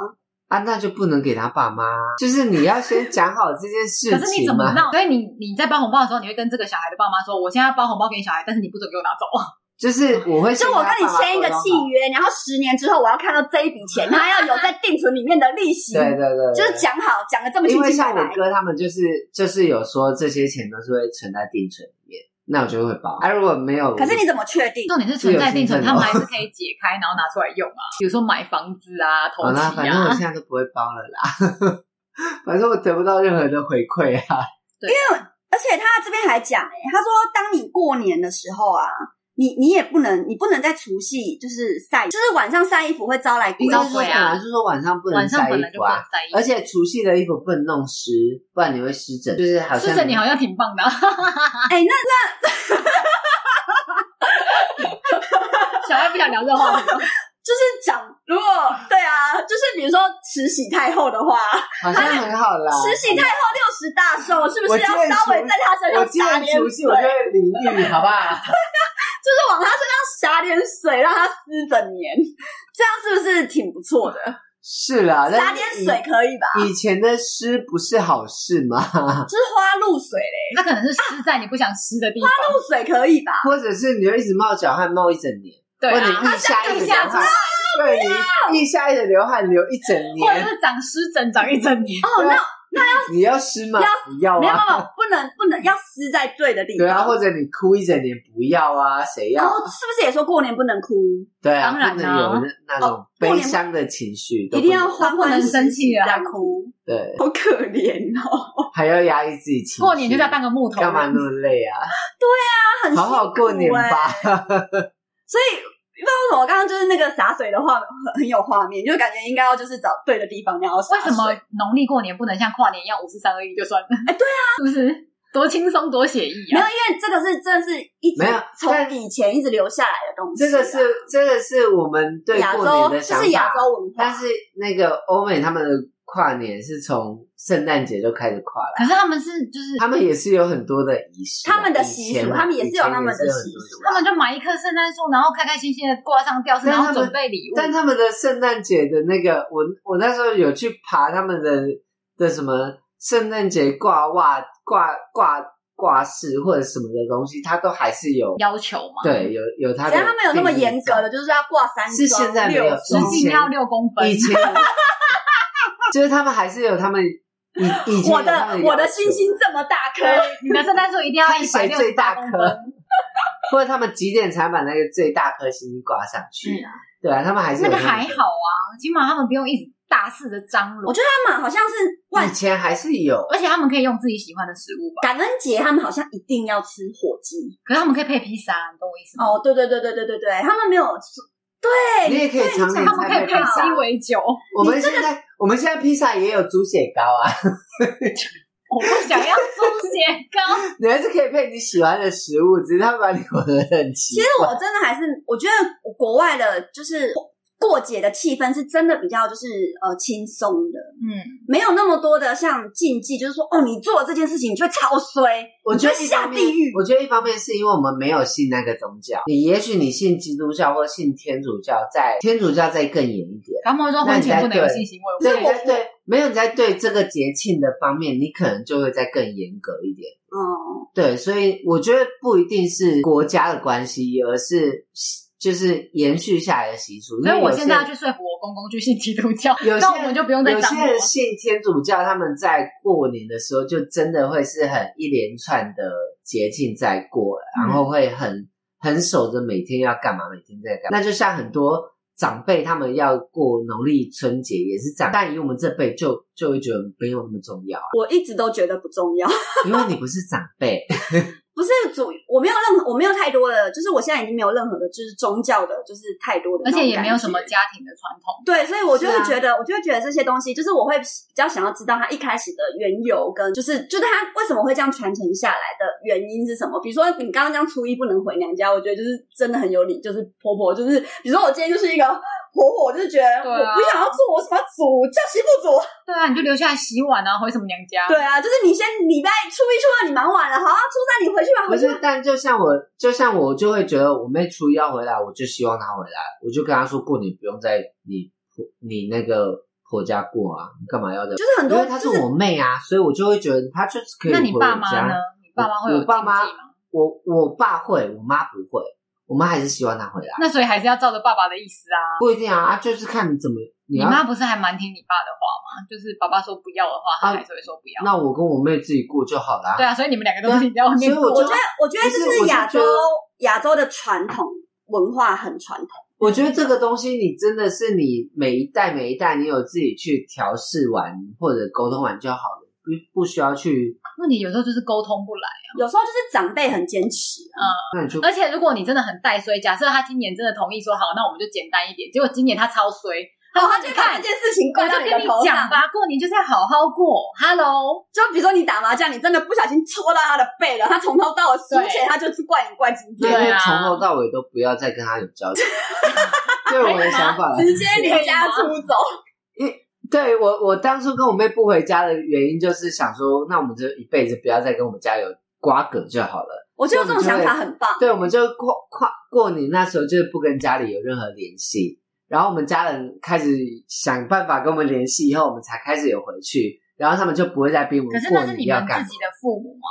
啊，那就不能给他爸妈。就是你要先讲好这件事情嘛。可是你怎么闹？所以你你在包红包的时候，你会跟这个小孩的爸妈说：“我现在要包红包给你小孩，但是你不准给我拿走。 就是我会就先我他跟你爸妈签一个沟通契好约，然后十年之后我要看到这一笔 钱，他要有在定存里面的利息，对对对对，就是讲好，讲的这么因清为清像白我白。哥他们就是就是有说这些钱都是会存在定存里面，那我就会包。啊，如果没有，可是你怎么确定”？重点是存在定存，他这有竞争哦们还是可以解开，然后拿出来 用啊。比如说买房子啊、投好资啦，反正我啊现，在都不会包了啦。 反正我得不到任何的回馈啊！而且他这边还讲、欸，他说当你过年的时候啊，你你也不能，你不能在除夕就是晒，就是晚上晒衣服会招来鬼你应知道该是会说啊本来是说晚上不能晚上晒本衣来就服不能啊，在意。而且除夕的衣服不能弄湿，不然你会湿疹。就是好像是着你好像挺棒的 啊，哎、那 小孩不想聊这话 题。就是讲，如 果对啊，就是比如说慈禧太后的话，好像很好啦。慈禧太后六十大寿，是不我是记得要稍微在她身我上今洒年点除水夕我就，会淋浴，好不好？就是往她身上洒点水，让她湿整年，这样是不是挺不错的？是啦，洒但点是以水可以吧？以前的诗不是好事吗？ 就是花露水嘞，它可能是湿在你不想湿的地 方。露水可以吧？或者是你就一直冒脚汗，冒一整年，对或者啊，你腋下一直流下汗，对你腋下一直流汗流一整或者年，是长湿疹长一整 年。哦，那你要湿吗？不要没有没啊，有，不能不能要湿在对的地方。 对啊，或者你哭一整年不要啊，谁然要后？是不是也说过年不能哭，对啊，当然啊不能有那那种悲伤的情绪，一定要都不能欢欢不喜能生气喜啊这样哭，对，好可怜哦。还要压抑自己情绪。过年就是要当个木头人，干嘛那么累啊？他很 好好过辛年苦欸吧。 所以不知道为什么，我刚刚就是那个洒水的话很很有画面，就感觉应该要就是找对的地方，然后洒为什么水农历过年不能像跨年一样五四三二一就算 了？哎，对啊，是不是多轻松多写意没有，啊？因为这个是真的是一直没有从但以前一直留下来的东西啊、这个是这个是我们对亚过年洲，的这想是亚法，洲文但化。是那个欧美他们的跨年是从圣诞节就开始跨了，可是他们是就是他们也是有很多的仪式啊，他们的习以前俗，啊他们也是有他们的以前也是习有很多俗啊的他。们就买一棵圣诞树，然后开开心心的挂上吊饰，但然他后们准备礼物。但他们的圣诞节的那个，我我那时候有去爬他们的的什么圣诞节挂袜挂挂挂饰或者什么的东西，它都还是有要求嘛，，对有有它的只要他们有那么定义严格在的，就是要挂三是双现在没有六以双前直径要六公分。哦以 前就是他们还是有他们以以前我有他的们我的要求信心这么大颗，对， 你的圣诞树一定要看一百谁六最十大公颗分。，或者他们几点才把那个最大颗星星挂上去？嗯对啊，他们还是有那个他们还的好啊，起码他们不用一直大肆的张罗我，觉得他们好像是万以前还是有，而且他们可以用自己喜欢的食物吧。感恩节，他们好像一定要吃火鸡。可是他们可以配披萨，你懂我意思吗？哦，对对对对对对对，他们没有吃。对，你也可以常年他们可以才配披萨鸡。尾酒，我我们现在我们现在披萨也有猪血糕啊，不想要猪血糕。你还是可以配你喜欢的食物，只是他们把你混合得很奇其实怪。我真的还是，我觉得国外的就是过节的气氛是真的比较就是呃轻松的，嗯，没有那么多的像禁忌，就是说哦，你做了这件事情，你就会超衰。我觉得一下方面地狱，我觉得一方面是因为我们没有信那个宗教，你也许你信基督教或信天主教，在天主教再更严一点。他们说那婚你前在不能有对性行为，对，你在对没有你在对这个节庆的方面，你可能就会再更严格一点。哦、对，所以我觉得不一定是国家的关系，而是就是延续下来的习俗。所以因为我有些现在要去说服我公公去信基督教，有些那我们就不用再有张些罗了人。信天主教，他们在过年的时候就真的会是很一连串的节庆在过，然后会很很守着每天要干嘛，每天在干嘛。那就像很多长辈他们要过农历春节也是这样，但以我们这辈就就会觉得没有那么重 要啊，我一直都觉得不重要，因为你不是长辈。不是主，我没有任何，我没有太多的，就是我现在已经没有任何的，就是宗教的，就是太多的而那种感觉，且也没有什么家庭的传统，对，所以我就会是啊觉得，我就会觉得这些东西，就是我会比较想要知道它一开始的缘由，跟就是就是它为什么会这样传承下来的原因是什么。比如说你刚刚这样初一不能回娘家，我觉得就是真的很有理，就是婆婆就是，比如说我今天就是一个婆婆，我就是觉得对我啊不想要做，我什么煮叫媳妇 煮，对啊，你就留下来洗碗啊，回什么娘家？对啊，就是你先礼拜初一初二你忙完了，好啊，初三你回去吧，不回去是吧，，但就像我，就像我就会觉得我妹初一要回来，我就希望她回来，我就跟她说过年不用在你婆你那个婆家过啊，你干嘛要在？就是很因多为她是我妹啊，所以我就会觉得她就是可以那你回我爸妈呢家。？你爸妈会有我爸妈禁忌吗？我我爸会，我妈不会，我妈还是希望她回来，那所以还是要照着爸爸的意思啊。不一定啊，啊就是看你怎么你啊你要。妈不是还蛮听你爸的话吗？就是爸爸说不要的话，他啊还是会说不要。那我跟我妹自己过就好啦。对啊，所以你们两个都是你在外面所以我过我就觉得我觉得这不是我是是亚洲觉得亚洲的传统文化很传统。我觉得这个东西，你真的是你每一代每一代，你有自己去调试完或者沟通完就好了，不不需要去问题有时候就是沟通不来。有时候就是长辈很坚持啊，那你就而且如果你真的很带衰，假设他今年真的同意说好，那我们就简单一点。结果今年他超衰，他说然哦后他你就把看这，件事情我怪就到你跟的你头讲上。吧，过年就是要好好过。Hello，就比如说你打麻将，你真的不小心戳到他的背了，他从头到尾输对钱，他就是怪你怪今对天，对啊从头到尾都不要再跟他有 交集。对我的想法啦，直接离家出走。对我我当初跟我妹不回家的原因，就是想说，那我们就一辈子不要再跟我们家有瓜葛就好了。我觉得这种想法很棒，对，我们就跨跨过年那时候就是不跟家里有任何联系，然后我们家人开始想办法跟我们联系，以后我们才开始有回去，然后他们就不会再逼我可们是过那是年你要们干自嘛。己的父母啊。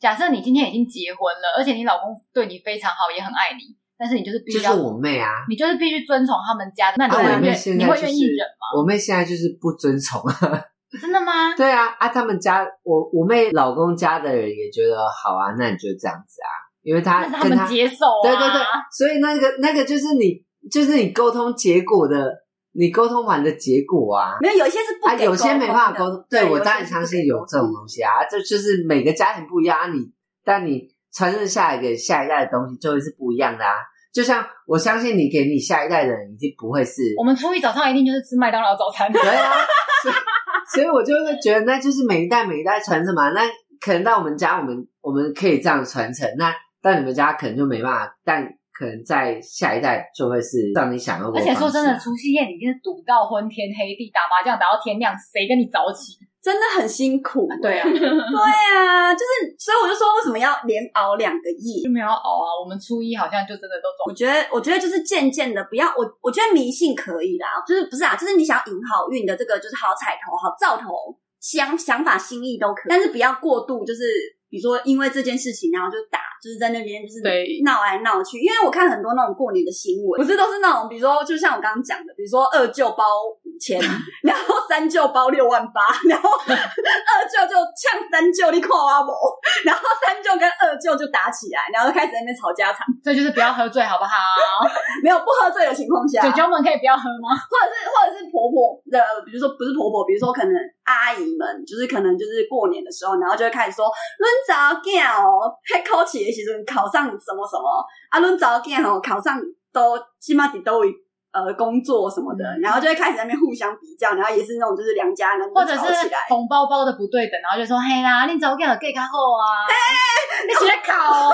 假设你今天已经结婚了，而且你老公对你非常好，也很爱你，但是你就是必就须是要，我妹啊，你就是必须遵从他们家的。那你啊会我愿、妹现你在会就是愿意忍吗？我妹现在就是不遵从。 真的吗？对啊，啊，他们家我我妹老公家的人也觉得好啊，那你就这样子啊，因为他但是他跟他们接受啊。对对对，所以那个那个就是你就是你沟通结果的，你沟通完的结果啊。没有有一些是不啊，给有些没办法沟通通的，，对有我些当然是相不信给有沟这种东西啊，这就是每个家庭不一样，啊你但你传承下来给下一代的东西就会是不一样的啊。就像我相信你给你下一代的人，一定不会是我们初一早上一定就是吃麦当劳早餐的。对啊，所以所以我就会觉得那就是每一代每一代传承嘛。那可能到我们家，我们我们可以这样传承，那到你们家可能就没办法，但可能在下一代就会是让你想要过而的且方式。说真的，除夕夜你已经是赌到昏天黑地，打麻将打到天亮，谁跟你早 起？真的很辛苦。对啊，对啊，就是所以我就说为什么要连熬两个夜就？没有要熬啊。我们初一好像就真的都走。我觉得，我觉得就是渐渐的，不要我，我觉得迷信可以啦，就是不是啊，就是你想要赢好运的这个，就是好彩头、好兆头，想想法、心意都可以，但是不要过度，就是比如说因为这件事情，然后就打，就是在那边就是对闹来闹去。因为我看很多那种过年的新闻，不是都是那种，比如说就像我刚刚讲的，比如说二舅包五千，然后三舅包六万八，然后二舅就呛三舅，你看我不，然后三舅跟二舅就打起来，然后就开始在那边吵家常。所以就是不要喝醉，好不好？没有不喝醉的情况下，或九者九们可以不要喝吗？是或者是婆婆的，比如说不是婆婆，比如说可能阿姨们，就是可能就是过年的时候，然后就会开始说论早囝哦，嘿考起的时阵考上什么什么啊，论早囝哦，考上都起码得都有呃工作什么的，嗯然后就会开始在那边互相比较，然后也是那种就是两家人或者吵是起来，红包包的不对等，然后就说嘿啦，你早点有 gay 后 啊，你学考哦，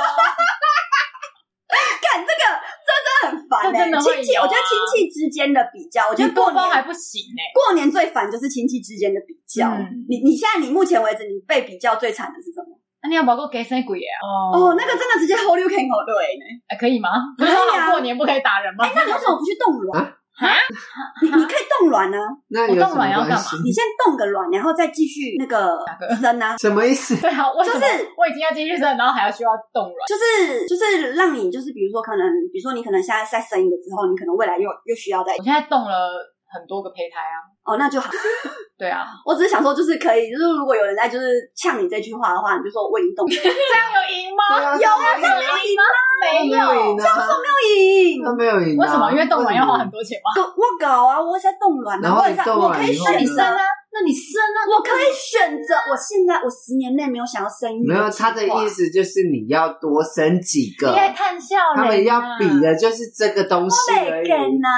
干这个这真的很烦、欸，这真的会亲戚，有啊我觉得亲戚之间的比较，我觉你得过多包年还不行欸呢、过年最烦就是亲戚之间的比较。嗯你你现在你目前为止你被比较最惨的是什么？啊那你要包够给谁鬼啊？哦，那个真的直接 hold you can hold 对呢。哎可以吗？ 不可是以啊说好过年不可以打人吗？ 哎，那你为什么不去冻卵啊你你可以冻卵呢，那我有动什卵么要关干系？你先冻个卵，然后再继续那个生啊，什么意思？对啊，为什么就是我已经要进去生，然后还要需要冻卵？就是就是让你就是比如说可能，比如说你可能现在再生一个之后，你可能未来又又需要再我现在冻了很多个胚胎啊，哦，那就好。对 啊，我只是想说，就是可以，就是如果有人在就是呛你这句话的话，你就说我已经冻了， 这样有赢吗？对啊有啊，这样没赢吗？没没有有，赢啊，没赢他没有赢啊。为什么？因为冻卵要花很多。多钱吗？搞我搞啊，我在冻卵然啊，后我你也在，冻我卵可以以后呢选择啊，那你生啊，我可以选择，我现在我十年内没有想要生育，没有，他的思。意思就是你要多生几个你，在看笑脸、啊，他们要比，的就是这个东西被而已。嗯跟呐，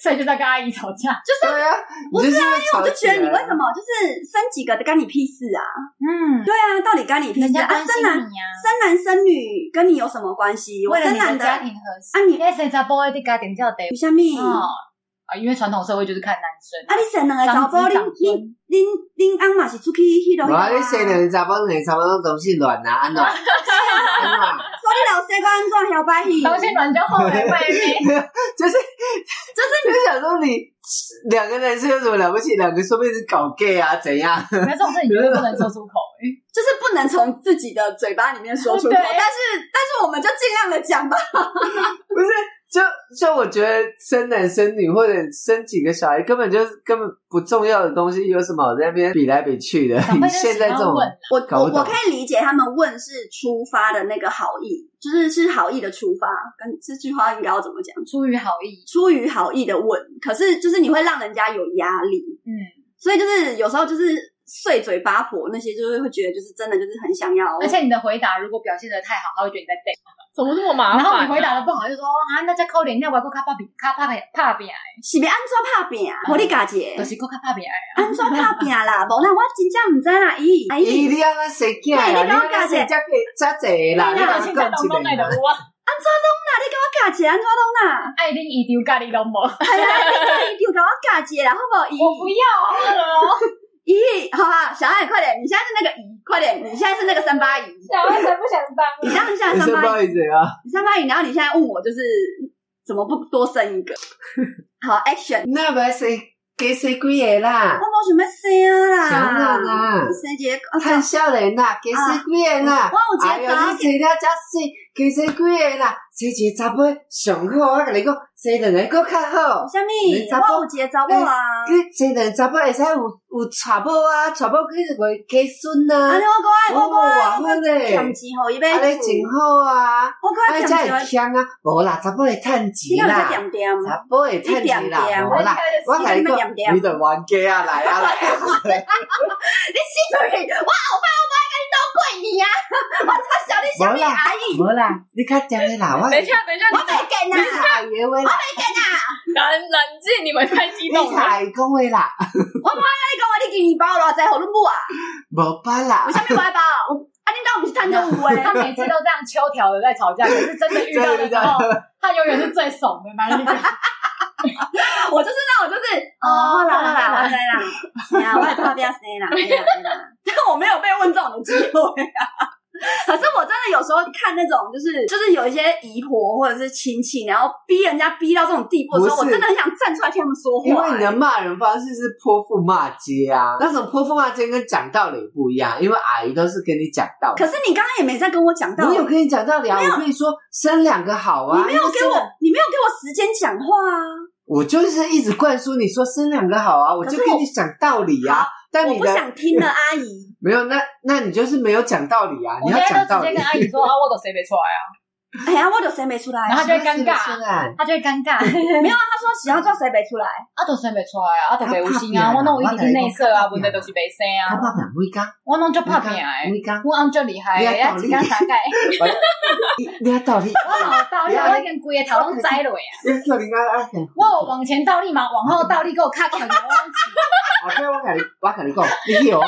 所以就在跟阿姨吵架。对啊，不你就是我我就觉得你为什么就是生几个干你屁事啊？嗯，对啊，到底干你屁人事家啊？关心生你男呀、生男生女跟你有什么关系？我为了生你男的的家庭和谐。啊你那谁在包的家庭叫得有啥咪？哦啊啊，因为传统社会就是看男生。你生两个查甫，长子恁长孙恁恁恁翁嘛是出去迄落啊我你生两个查某，两个查某拢同性恋啊，安怎？安怎？啊所以你老生个安怎晓摆去？同性恋就后来外面，就是就是你想说你两个男生有什么了不起？两个说不定是搞 gay 啊，怎样？ 那这种事你绝对不能说出口。就是不能从自己的嘴巴里面说出对口，但是但是我们就尽量的讲吧。不是，就就我觉得生男生女或者生几个小孩，根本就是根本不重要的东西，有什么好在那边比来比去的？长辈你就喜 现在这欢种问，我搞我不懂我可以理解他们问是出发的那个好意，就是是好意的出发，跟这句话应该要怎么讲？出于好意，出于好意的问，可是就是你会让人家有压力，嗯，所以就是有时候就是碎嘴八婆那些，就是会觉得就是真的就是很想要，而且你的回答如果表现的太好，他会觉得你在 date，怎么那么麻然烦、后啊你回答的不好，就说啊，那在扣脸，那外国卡怕饼，卡怕饼，怕饼，是要安怎拍拼啊？嗯我你家啊姐就是够卡怕饼。安怎拍拼啦？ 无啦，我真正唔知啦，啊姨阿一姨定要那谁哎 gay 啊？对你你跟我要那谁加 gay 加贼啦？你那个把他 现讲啊在起东东来来的啦。哇，我家姐安怎弄啦？爱丁一丢咖喱都无，我系啊，你你就给我家姐啦，好 不好？姨不要了， 姨，好啊，小爱快点，你现在是那个姨，快点，你现在是那个三八姨。小孩才不想 当。你当下你三说不八好姨，意思啊， 三八姨，然后你现在问我就是怎么不多生一个？好，action！ 那不是给谁几个啦我？无想要生啦，想要啦生一个啊趁少年啦，给谁几个啦？我有哎一呦，个查某你囝，生了遮水，给谁几个啦？生啊一个查某上好，我甲你讲，生两个搁较好。啥你查哎物？某我有一个查某啊，你生两个查某会使有有娶某啊，娶某去会结孙安尼啊，我讲爱，我讲爱，哇，我好嘞，欠安钱互伊买尼厝，真好啊。我讲哎，爱这欠会钱，强啊！无啦，查某会趁你钱敢有在啦，点点？查某会趁钱啦你点，点无啦，我你甲你点讲，点点你着冤家啊，来啊来啊！ 你死出去！我后摆我摆甲你倒过年啊！ 我操，小你小无你阿啦姨，无啦，你较点诶啦，我等一下，等一下，我你袂见你哎啊！是阿爷话啦，冷冷静，你们太激你是动了。阿爷讲话啦，你讲我你今年包偌济互恁母啊？无捌啦为，啥物无爱包？ 啊，恁兜毋是趁到有他诶？每次都这样秋条的在吵架，可是真的遇到的时候，他永远是最怂的那一个。 我就是那种就是哦，啦啦啦， 我知啦，哎呀，我也怕不要生啦，哎呀哎呀 但我没有被问这种的机会啊。 可是我真的有时候看那种，就是就是有一些姨婆或者是亲戚，然后逼人家逼到这种地步的时候，不我是真的很想站出来替他们说因话为你的欸。骂人方式是泼妇骂街啊，那种泼妇骂街跟讲道理不一样，因为阿姨都是跟你讲道理可。是你刚刚也没在跟我讲道我理，有跟你讲道理啊，我跟你说生两个好啊，你没有因为给生我两，你没有给我时间讲话啊！我就是一直灌输你说生两个好啊，我可就是跟我你讲道理啊好。但我你不的想听了，阿 姨。没有，那那你就是没有讲道理啊！我你现要在讲都直道接理，跟阿姨说啊，我都谁没出来啊，哎呀，我就谁没出来？然后他就会尴是尬，啊不是他就会尴尬，说想要做谁没出来？啊，都谁没出来啊，啊，都没有心啊，啊我弄有一点内射啊，问题都是没生他啊，爸爸会讲，我弄就怕啊欸会命讲，的。会讲，我翁就厉害，你的人家道一理天 大概，你你 道理，我老道理，我已经规个头拢栽落啊！你叫人家啊，我有往前倒立嘛，往后倒立，给我卡强的，我拢起后摆我甲你，我甲你讲，你去哦，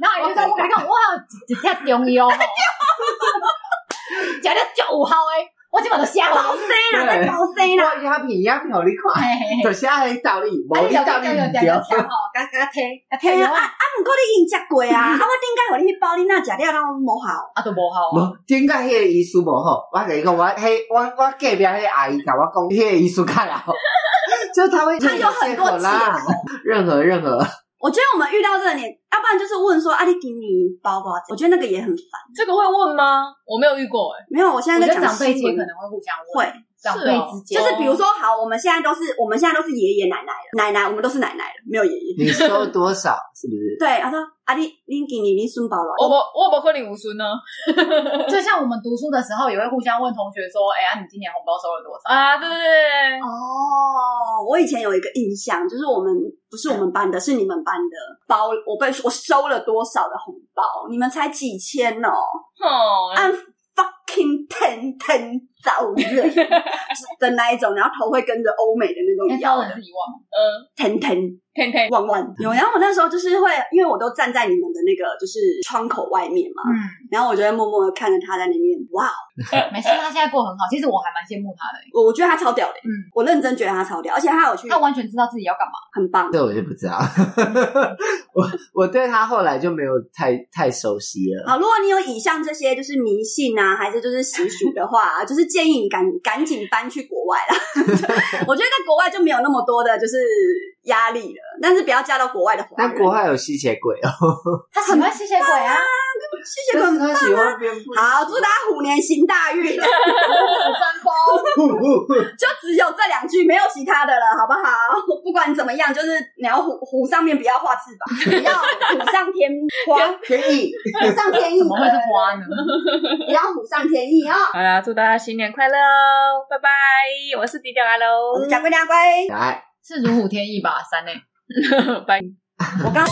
然后伊就说：“我甲你讲，我一一只中 药吼，食哦了足有效诶，我即马就写包好。生啦，在哦包生啦。我鸦片鸦片，互你看，嘿嘿嘿就是爱你道理，无啊，你你就道理用唔着着。对条吼，甲甲摕，甲摕嘿啊，药啊啊，啊，毋过你已经食过 啊，啊，我顶摆互你去包，你那食了拢无效。啊都无效啊。无，顶下迄个医师无好，我甲你讲，我迄我我隔壁迄个阿姨甲我讲，迄个医师较老，就他会他有很多任何借口啦，任何任何，我觉得我们遇到这个年，要不然就是问说啊，你给你包多少钱？我觉得那个也很烦。这个会问吗？我没有遇过哎。没有，我现我在觉在得讲长辈新间闻可能会互相问，会，长辈之间就是比如说，好，我们现在都是我们现在都是爷爷奶奶了，奶奶我们都是奶奶了，没有爷爷。你收多少是不是？对，他说啊，你你给你你孙包了，我不，我不可能无孙呢。啊就像我们读书的时候，也会互相问同学说：“哎呀，你今年红包收了多少啊，对对对，哦，我以前有一个印象，就是我们不是我们班的，是你们班的包，我被我收了多少的红包？你们才几千哦哦， ，I'm fucking ten ten thousand 的那一种，然后头会跟着欧美的那？”因种为摇高 人是一万嘛，嗯， ten ten 天天，万万有。然后我那时候就是会，因为我都站在你们的那个就是窗口外面嘛，嗯，然后我就会默默的看着他在那边，哇，哦没事，他现在过得很好。其实我还蛮羡慕他的，我我觉得他超屌的，嗯，我认真觉得他超屌，而且他有去，他完全知道自己要干嘛。很棒。这我就不知道，我我对他后来就没有太太熟悉了。好，如果你有以上这些就是迷信啊，还是就是习俗的话、就是建议你赶赶紧搬去国外 啦。我觉得在国外就没有那么多的就是压力了，但是不要嫁到国外的华但人。国外有吸血鬼哦，他喜欢吸血鬼啊，谢谢但各是位。他喜欢蝙蝠。好，祝大家虎年行大 运，就三包。只有这两句，没有其他的了，好不好？不管怎么样，就是你要虎虎上面不要画翅膀，不要虎上天花， 便宜，虎上天意，怎么会是花呢？不要虎上天 意啊、好啦，祝大家新年快乐哦，拜拜，我是迪迪阿我龙是，贾龟，贾龟。来。是如虎添翼吧，三呢？ 拜。我刚。